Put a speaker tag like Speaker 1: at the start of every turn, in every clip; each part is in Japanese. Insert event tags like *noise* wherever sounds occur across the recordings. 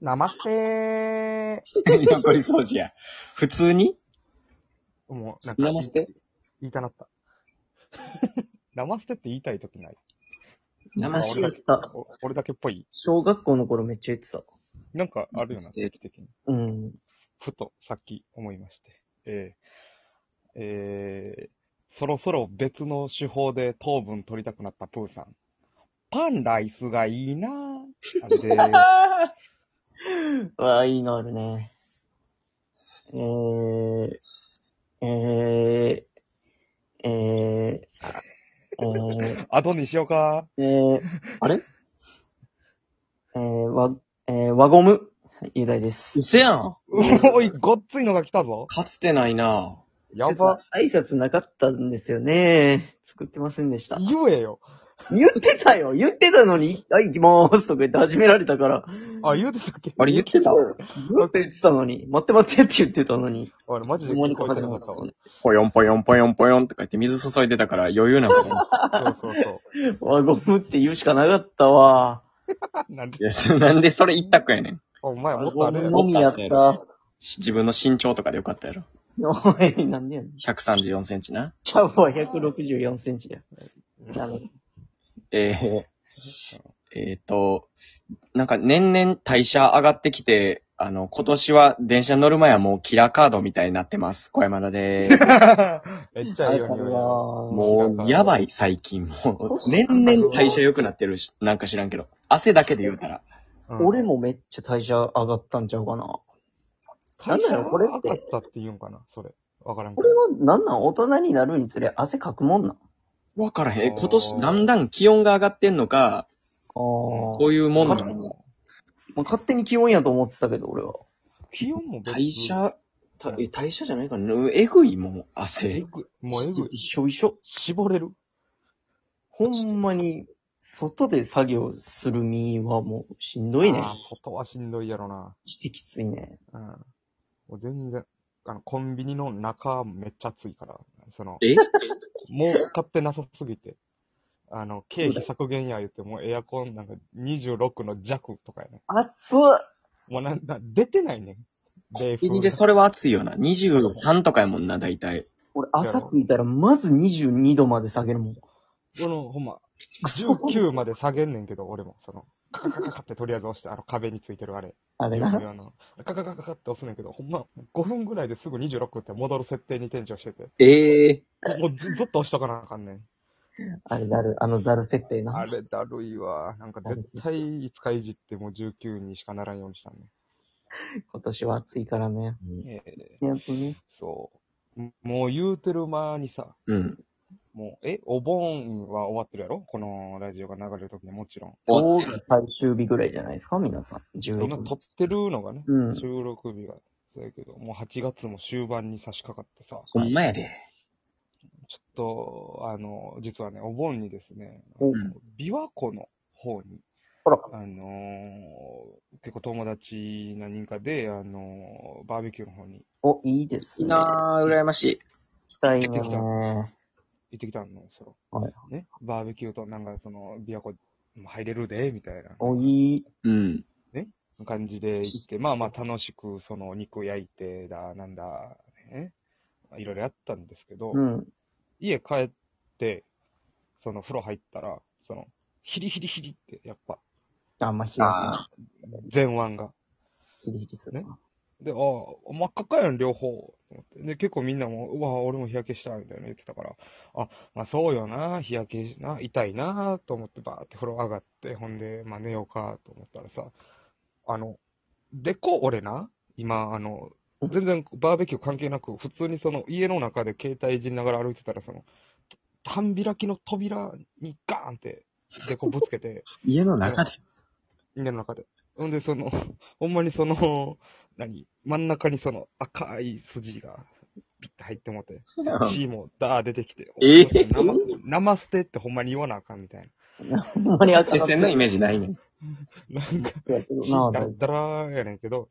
Speaker 1: 生って
Speaker 2: 残り掃 *laughs* 除や。普通に
Speaker 1: ー、もう、なん
Speaker 2: 生捨
Speaker 1: か、
Speaker 2: て
Speaker 1: 言いたなった。 *laughs* 生捨てって言いたいときない。
Speaker 3: 生
Speaker 1: 捨て
Speaker 3: 捨てた。
Speaker 1: お俺だけっぽい。
Speaker 3: 小学校の頃めっちゃ言ってた。
Speaker 1: なんかあるような、
Speaker 2: 生捨
Speaker 1: 定
Speaker 2: て
Speaker 1: 期的に。
Speaker 3: うん。
Speaker 1: ふと、さっき思いまして。えー、えー、そろそろ別の手法で糖分取りたくなったプーさん。パンライスがいいなぁ。で、
Speaker 3: ああわあ、いいのあるね。えー、えー、えー、えー、
Speaker 1: アドにしようか。
Speaker 3: えー、あれえー、わ、えー、輪ゴム。はい、雄大です。
Speaker 2: 嘘やん。
Speaker 1: おい、ごっついのが来たぞ。
Speaker 2: かつてないな
Speaker 1: やば。。
Speaker 3: 挨拶なかったんですよね。作ってませんでした。
Speaker 1: 言えよ。
Speaker 3: 言ってたよ言ってたのに、はい、行きまーすとか言って始められたから。
Speaker 1: あ、言うてたっけ
Speaker 2: あれ言ってた
Speaker 3: ずっと言ってたのに、待って待ってって言ってたのに。
Speaker 1: 俺、マジで
Speaker 3: も
Speaker 1: 聞
Speaker 3: にか
Speaker 1: こえて
Speaker 3: 始
Speaker 1: なか
Speaker 3: まっ
Speaker 1: った
Speaker 3: た
Speaker 1: わ
Speaker 3: ね。
Speaker 2: ぽよんぽよんぽよんぽよんとか言って水注いでたから余裕なのか
Speaker 3: *laughs*
Speaker 2: な。
Speaker 1: そうそうそ
Speaker 3: 輪ゴムって言うしかなかったわ。
Speaker 1: う。なんで
Speaker 2: い、や、そなんでそれ一択やねん。
Speaker 1: お前も
Speaker 3: 輪
Speaker 1: っと
Speaker 3: ゴ
Speaker 1: あれや
Speaker 3: ム
Speaker 1: ろ
Speaker 3: のみやった。
Speaker 2: し自分の身長とかでよかったやろ。
Speaker 3: おい、なんでやねん。
Speaker 2: 134センチな。
Speaker 3: シャブは164センチや。なの
Speaker 2: えー、えーと、なんか年々代謝上がってきて、あの、今年は電車乗る前はもうキラーカードみたいになってます。小山田でーす。
Speaker 1: *laughs* めっちゃいい
Speaker 3: 相
Speaker 1: よ
Speaker 3: 変
Speaker 1: 匂いや。
Speaker 3: わ
Speaker 2: もう、やばい、最近。もう、年々 *laughs* 代謝良くなってるし、なんか知らんけど。汗だけで言うたら。
Speaker 1: う
Speaker 3: ら、
Speaker 1: ん
Speaker 3: 俺、もめっちゃ代謝上がったんちゃうかな。なんだよこれって
Speaker 1: 赤ったって言うんかなそれ。わからんけ
Speaker 3: こ
Speaker 1: ど
Speaker 3: れはなんなん大人になるにつれ汗かくもんなん。あ
Speaker 2: わからへん。え
Speaker 1: あー
Speaker 2: 今年、だんだん気温が上がってんのか、
Speaker 3: あ
Speaker 2: こういうもんな
Speaker 3: わかんな
Speaker 2: の。
Speaker 3: まあ、勝手に気温やと思ってたけど、俺は。
Speaker 1: 気温も別
Speaker 2: 代謝、たえ代謝じゃないかな。えぐい、もう、
Speaker 1: えぐい
Speaker 2: 汗。
Speaker 1: もうえぐい。
Speaker 3: 一緒一緒。
Speaker 1: 絞れる。
Speaker 3: ほんまに、外で作業する身はもうしんどいね。
Speaker 1: あー外はしんどいやろな。
Speaker 3: してきついね。
Speaker 1: うん。もう全然、あの、コンビニの中めっちゃ暑いから、その、
Speaker 2: え
Speaker 1: 儲かってなさすぎて。あの、経費削減や言って、もうエアコンなんか26の弱とかやね。
Speaker 3: 暑っ
Speaker 1: もうなんだ、出てないねん。冷
Speaker 2: ビニでそれは暑いよな。23とかやもんな、大体。
Speaker 3: 俺朝着いたらまず22度まで下げるもん。
Speaker 1: この、ほんま、
Speaker 3: クソ
Speaker 1: 19まで下げんねんけど、俺も、その、カカカカカってとりあえず押して、あの壁についてるあれ。
Speaker 3: *laughs* あれな。
Speaker 1: あのカカカカカって押すねんけど、ほんま、5分ぐらいですぐ26って戻る設定に転調してて、
Speaker 2: ええ
Speaker 1: もうずずっと押しとかなあかんねん。
Speaker 3: あれだる、あのだる設定な。
Speaker 1: あれだるいわ。なんか絶対いつかいじってもう19にしかならんようにしたん
Speaker 3: 今年は暑いからね。
Speaker 1: ね。え
Speaker 3: やっとね。
Speaker 1: そう。もう言うてる間にさ、
Speaker 2: うん。
Speaker 1: もう、え、お盆は終わってるやろこのラジオが流れるときにもちろん。
Speaker 3: 今日が最終日ぐらいじゃないですか、皆さん。16
Speaker 1: 今撮ってるのがね、
Speaker 3: うん
Speaker 1: 収録日が、そうやけど、もう8月も終盤に差し掛かってさ、
Speaker 2: ほんまやで。
Speaker 1: ちょっと、あの、実はね、お盆にですね、
Speaker 3: お
Speaker 1: 琵琶湖の方に、
Speaker 3: あら
Speaker 1: あのー結構友達何人かで、あのーバーベキューの方に
Speaker 3: お、いいです
Speaker 2: いい
Speaker 3: ね。
Speaker 2: なー、羨ましい。
Speaker 3: 行きたい
Speaker 1: 行ってきた
Speaker 3: ね。
Speaker 1: 行ってきたのよ、その、
Speaker 3: はい
Speaker 1: ね、バーベキューとなんかその、琵琶湖入れるで、みたいな。
Speaker 3: お、いい。
Speaker 2: うん。
Speaker 1: 感じで行って、まあまあ楽しく、その肉焼いてだ、なんだ、ね、いろいろやったんですけど、
Speaker 3: うん。
Speaker 1: 家帰って、その風呂入ったら、その、ヒリヒリヒリって、やっぱ、
Speaker 3: あんまひら
Speaker 2: あ
Speaker 1: 前腕が。
Speaker 3: ひりひりするな。
Speaker 1: で、ああ、真っ赤かやん、両方。と思ってで、結構みんなも、うわ、俺も日焼けした、みたいな言ってたから、あ、まあそうよな、日焼けしな、痛いな、と思ってバーって風呂上がって、ほんで、まあ寝ようか、と思ったらさ、あの、でこ俺な、今、あの、全然バーベキュー関係なく、普通にその家の中で携帯いじりながら歩いてたら、その、半開きの扉にガーンって、でこぶつけて、
Speaker 2: 家の中で。
Speaker 1: 家の中で。ほんで、その、 *laughs* ほんまにその、何真ん中にその赤い筋が、ピッて入ってもて、血もダー出てきて、
Speaker 2: え
Speaker 1: 生生捨てってほんまに言わなあかんみたい
Speaker 3: ほんまに赤
Speaker 2: 手
Speaker 3: かった
Speaker 2: 線のイメージないねん。
Speaker 1: な。なんか、
Speaker 3: やけど
Speaker 1: 血
Speaker 3: な
Speaker 1: だらだらやねんけど、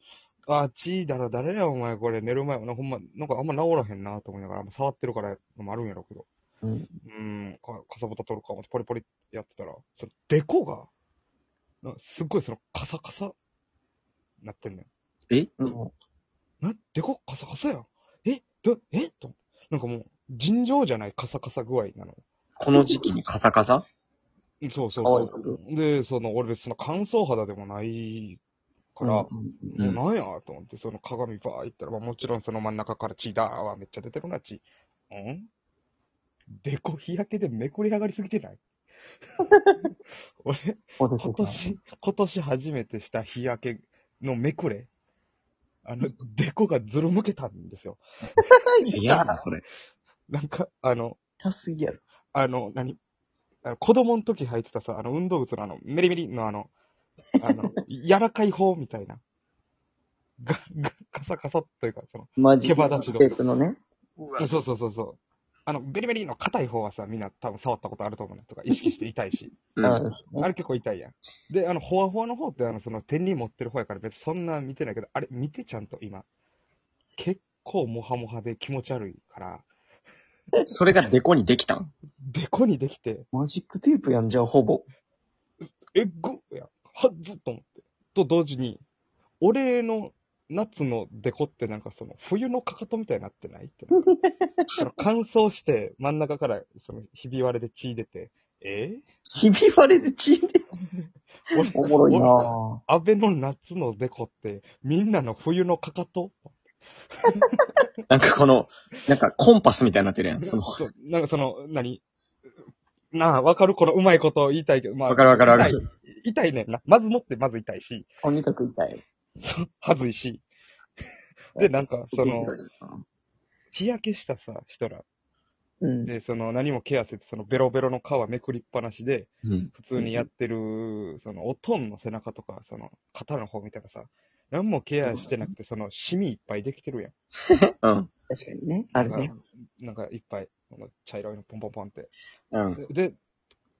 Speaker 1: あー、血だらだらや、お前これ寝る前はな、ほんま、なんかあんま治らへんなと思いながら、触ってるからのもあるんやろうけど、
Speaker 3: うん。
Speaker 1: うーん、かかさぶた取るか思ってポリポリってやってたら、そのデコが、なすっごいそのカサカサ、なってんねん。
Speaker 3: うん。
Speaker 1: な、でこカサカサやん。えど、えと。なんかもう、尋常じゃないカサカサ具合なの。
Speaker 2: この時期にカサカサ
Speaker 1: そうそう
Speaker 3: 乾い
Speaker 1: そ
Speaker 3: てる。
Speaker 1: う。で、その、俺別にその乾燥肌でもないから、
Speaker 3: うん
Speaker 2: うん
Speaker 1: もうなんやと思って、その鏡ばーいったら、まあ、もちろんその真ん中から血だーわ、めっちゃ出てるな、血。うんでこ日焼けでめくり上がりすぎてない *laughs* 俺、
Speaker 3: お
Speaker 1: 今
Speaker 3: でこが
Speaker 1: 年、今年初めてした日焼けのめくれ。あの、デコがずるむけたんですよ。
Speaker 2: いや、嫌だ、それ。
Speaker 1: なんか、あの、
Speaker 3: 痛すぎやろ。
Speaker 1: あの、何あの子供の時履いてたさ、あの、運動靴のあの、メリメリのあの、あの、柔らかい方みたいな。が、が、カサカサというか、その、
Speaker 3: マジ
Speaker 1: 毛羽立ちの
Speaker 3: テープのね。
Speaker 1: そうそうそうそうそう。あの、ベリベリの硬い方はさ、みんな多分触ったことあると思うね。とか、意識して痛いし。
Speaker 2: うん
Speaker 3: あですね
Speaker 1: あれ結構痛いやん。で、あの、ほわほわの方って、あの、その、手に持ってる方やから別にそんな見てないけど、あれ、見てちゃんと今。結構モハモハで気持ち悪いから、
Speaker 2: それがデコにできたん
Speaker 1: デコにできて、
Speaker 3: マジックテープやん、じゃあほぼ。
Speaker 1: えぐっやん。はっずっと思って。と同時に、俺の夏のデコってなんかその、冬のかかとみたいになってないってなんか
Speaker 2: *laughs*
Speaker 1: その乾燥して、真ん中から、その、ひび割れで血出て、え
Speaker 3: ひび割れで血で。
Speaker 1: ー
Speaker 2: *laughs*
Speaker 1: 俺
Speaker 3: おもろいな
Speaker 1: 安倍の夏のデコって、みんなの冬のかかと
Speaker 2: なんかこの、なんかコンパスみたいになってるやん。その、
Speaker 1: そうなんかその、何なあ、わかるこのうまいことを言いたいけど、まあ。
Speaker 2: わかるわかるわかる。
Speaker 1: 痛い。痛いねんな。まず持って、まず痛いし、
Speaker 3: ぁ。とにかく痛い。
Speaker 1: はずいし。で、なんか、その、
Speaker 3: う
Speaker 1: 日焼けしたさ、人ら。
Speaker 3: ん。
Speaker 1: で、その、何もケアせず、その、ベロベロの皮めくりっぱなしで、
Speaker 2: うん。
Speaker 1: 普通にやってる、その、おとんの背中とか、その、肩の方見たらさ、何もケアしてなくて、その、シミいっぱいできてるやん。
Speaker 2: うん。
Speaker 3: 確かにね。あるね。
Speaker 1: なんか、いっぱい、この茶色いのポンポンポンって。
Speaker 2: うん。
Speaker 1: で、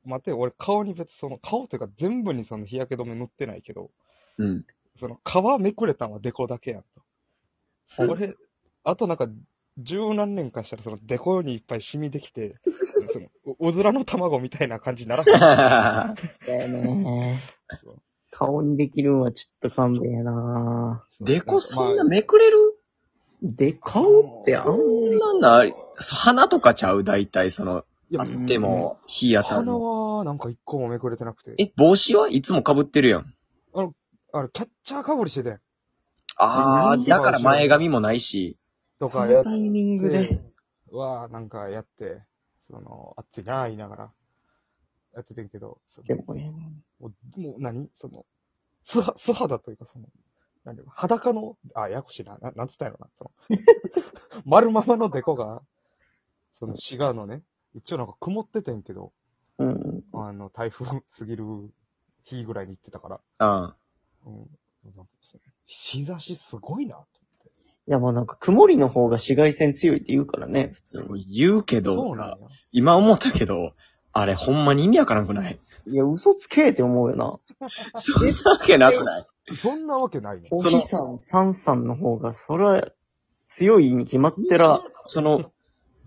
Speaker 1: 待って、俺顔に別にその顔というか全部にその日焼け止め塗ってないけど、
Speaker 2: うん。
Speaker 1: その皮めくれたんはデコだけやんと。
Speaker 2: うん
Speaker 1: 俺、あとなんか、十何年かしたらそのデコにいっぱい染みできて、そのううずらの卵みたいな感じにならせ
Speaker 3: だよね。
Speaker 1: そう
Speaker 3: 顔にできるんはちょっと勘弁やな
Speaker 2: *laughs* デコそんな
Speaker 1: ま
Speaker 2: めくれる
Speaker 3: で、顔ってあん
Speaker 2: そ
Speaker 3: まり
Speaker 2: んなんない。そう花とかちゃう大体、その、
Speaker 1: いや
Speaker 2: あっても、日当たる
Speaker 1: 鼻
Speaker 2: の。
Speaker 1: はなんか一個もめくれてなくて。
Speaker 2: え、帽子はいつも被ってるやん。
Speaker 1: あれ、キャッチャーかぶりしててん。
Speaker 2: あ
Speaker 3: 何
Speaker 2: ー、
Speaker 3: が
Speaker 2: だから前髪もないし。
Speaker 1: と
Speaker 3: そ
Speaker 1: かや
Speaker 3: の
Speaker 1: っ
Speaker 3: タイミングで。
Speaker 1: は、なんかやって、その、あっちなー言いながら、やっててんけど、その
Speaker 3: でもね、
Speaker 1: もう、もう何その、素は、素肌というかその、なんだろう、裸の、あ、ややこしいな、ななんつったんやろな、そ
Speaker 3: *laughs*
Speaker 1: の、丸ままのデコが、その、滋賀のね、一応なんか曇っててんけど、
Speaker 3: うん。
Speaker 1: あの、台風過ぎる日ぐらいに行ってたから、
Speaker 2: う
Speaker 1: うん。
Speaker 2: ん。
Speaker 1: なんかその日差しすごいな、と思って。
Speaker 3: いや、まあなんか曇りの方が紫外線強いって言うからね、普通に。
Speaker 2: 言うけど
Speaker 1: そうな
Speaker 2: さ
Speaker 1: ん、や。
Speaker 2: 今思ったけど、あれほんまに意味わからんくない
Speaker 3: いや、嘘つけって思うよな。
Speaker 2: そんなわけなくない
Speaker 1: そんなわけないね。
Speaker 3: お
Speaker 2: その
Speaker 3: 日さん、さんさんの方が、そら、強いに決まってら、
Speaker 2: その、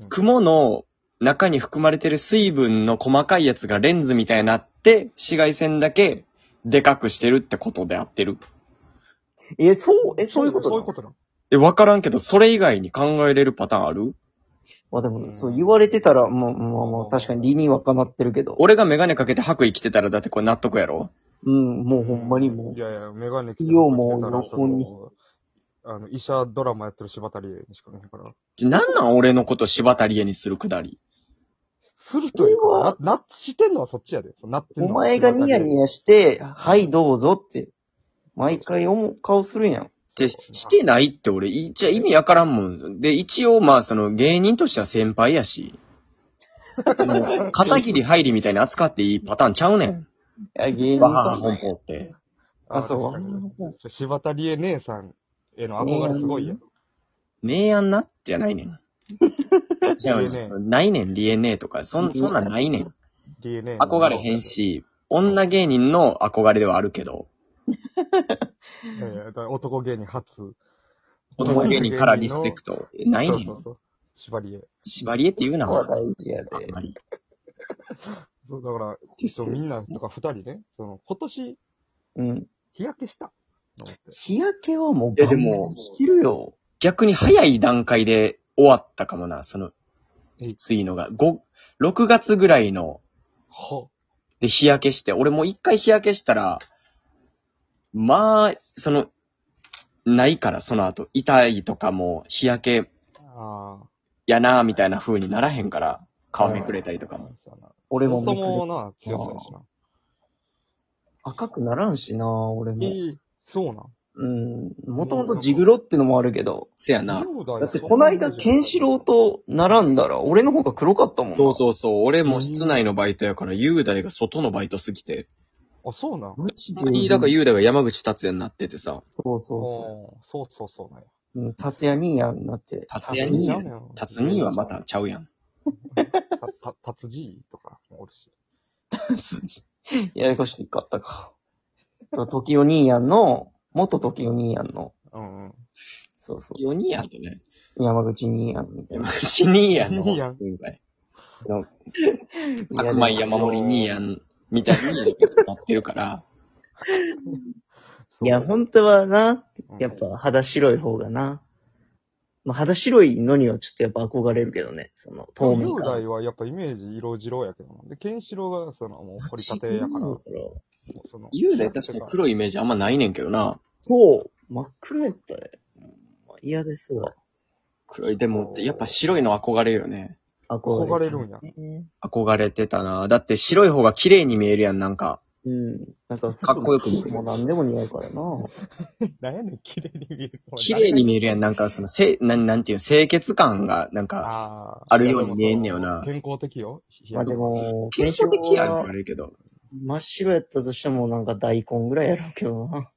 Speaker 2: 雲の中に含まれてる水分の細かいやつがレンズみたいになって、紫外線だけでかくしてるってことであってる。
Speaker 3: え、そう、え、そういうこと
Speaker 1: そういうこととな。
Speaker 2: え、わからんけど、それ以外に考えれるパターンある
Speaker 3: まあでも、そう言われてたら、まあまあまあ、確かに理にはかなってるけど。
Speaker 2: 俺がメガネかけて白衣着てたらだってこれ納得やろ
Speaker 3: うん、もうほんまにも
Speaker 1: いやいや、メガネ
Speaker 3: いいよもう
Speaker 1: その
Speaker 3: 横に
Speaker 1: あの、医者ドラマやってる柴田理恵にしか見えへんから。
Speaker 2: じゃなんなん俺のこと柴田理恵にするくだり。
Speaker 1: するという
Speaker 3: う
Speaker 1: か
Speaker 3: わ、
Speaker 1: な、なしてんのはそっちやで。なってん
Speaker 3: う、お
Speaker 1: のは
Speaker 3: 前がニヤニヤして、はい、どうぞって、毎回思う顔するやん。
Speaker 2: で、してないって俺、いじゃ意味わからんもん。で、一応まあその芸人としては先輩やし。もう片桐入りみたいに扱っていいパターンちゃうねん。
Speaker 3: いや、芸人
Speaker 2: バハハ
Speaker 3: さ
Speaker 2: 本
Speaker 3: ん。
Speaker 2: 邦って。
Speaker 1: あ、
Speaker 3: あ、
Speaker 1: そ
Speaker 3: そう
Speaker 1: う。柴田理恵姉さんへの憧れすごいやん。
Speaker 2: ねえやんなじゃないね *laughs* ん。違うねん。ないねん、理恵ねえとか。そん、そんなんないねん。
Speaker 1: DNA の
Speaker 2: 憧れへん。し、女芸人の憧れではあるけど、
Speaker 1: いやいやだから男芸人初。
Speaker 2: 男芸人からリスペクト。ない
Speaker 1: そ
Speaker 2: ね
Speaker 1: うそ
Speaker 2: ん
Speaker 1: う。そう。柴理恵。
Speaker 2: 縛り絵って言うな、
Speaker 3: こは大事やで。
Speaker 2: あんまり
Speaker 1: そう、だから、そうみんなとか二人ね、その、今年、
Speaker 3: うん。
Speaker 1: 日焼けした。と思って。
Speaker 3: 日焼けはもう
Speaker 2: いや
Speaker 3: バン
Speaker 2: で
Speaker 3: バ
Speaker 2: も
Speaker 3: ンしてるよ。
Speaker 2: 逆に早い段階で終わったかもな、その、
Speaker 1: えい
Speaker 2: きついのが。5、6月ぐらいの、
Speaker 1: は
Speaker 2: で日焼けして、俺もう一回日焼けしたら、まあ、その、ないから、その後、痛いとかも、日焼け
Speaker 1: ああ。
Speaker 2: やな、みたいな風にならへんから、顔めくれたりとかも。
Speaker 1: そうな。
Speaker 3: 俺
Speaker 1: そ
Speaker 3: も
Speaker 1: も
Speaker 3: め
Speaker 1: そ
Speaker 3: くれ
Speaker 1: もな、強そうやしな。
Speaker 3: 赤くならんしな、俺も。
Speaker 1: ええそうなん。
Speaker 3: うん。もともとジグロってのもあるけど。
Speaker 2: せやな。
Speaker 1: 兄弟
Speaker 3: だってこの間、ケンシロウ。と並んだら、俺の方が黒かったもんな。
Speaker 2: そうそうそう。俺も室内のバイトやから、雄大が外のバイトすぎて。
Speaker 1: あ、そうなん。
Speaker 3: マジで。
Speaker 2: だから雄大が山口達也になっててさ、
Speaker 3: そうそ
Speaker 1: おーそうそうそうなんや。
Speaker 3: うそう。うん、達也兄やんなって。
Speaker 2: 達也
Speaker 1: い
Speaker 2: 兄
Speaker 1: や
Speaker 2: や
Speaker 1: ね
Speaker 3: ん。
Speaker 1: ん
Speaker 2: 達兄はまたちゃうやん。
Speaker 1: た、た、達じとかもおるし。
Speaker 3: *laughs* ややこしかったか。と、時お兄やんの、元時お兄やんの、
Speaker 1: うんうん。
Speaker 3: そうそ
Speaker 2: 4人やんとね。
Speaker 3: う、山口兄やんみたいな。
Speaker 2: 口兄やんの。
Speaker 1: 兄やん
Speaker 2: 今回。の *laughs* 白米山盛り兄やん、みたいになってるから。
Speaker 1: そう
Speaker 3: いや、本当はな、
Speaker 1: うん
Speaker 3: やっぱ肌白い方がな。まあ、肌白いのにはちょっとやっぱ憧れるけどね、その、透明
Speaker 1: 兄
Speaker 3: 感。
Speaker 1: 弟はやっぱイメージ色白やけどな。で、ケンシロウがその、もう掘りたてやから、もうその。
Speaker 2: 雄大確かに黒いイメージあんまないねんけどな。
Speaker 3: そう。真っ黒やったで。うん嫌ですわ。
Speaker 2: 黒い。でも、やっぱ白いの憧れるよね。
Speaker 3: 憧れた
Speaker 1: 憧れるんや
Speaker 3: ね
Speaker 2: 憧れてたな。だって白い方が綺麗に見えるやん、なんか。
Speaker 3: うん。なんか、
Speaker 2: かっこよく見える
Speaker 3: もう何でも似合うからな。
Speaker 1: なんやねん、綺麗に見える。
Speaker 2: *laughs* 綺麗に見えるやん、なんか、その、せ、なん、なんていう、清潔感が、なんか、
Speaker 1: あー
Speaker 2: あるように見えんねよな
Speaker 1: 健康的よ。日
Speaker 3: まあ
Speaker 1: 焼
Speaker 3: で
Speaker 1: け
Speaker 3: も、
Speaker 2: 健康的やんって言
Speaker 3: は
Speaker 2: われるけど。
Speaker 3: 真っ白やったとしてもなんか大根ぐらいやろうけどな。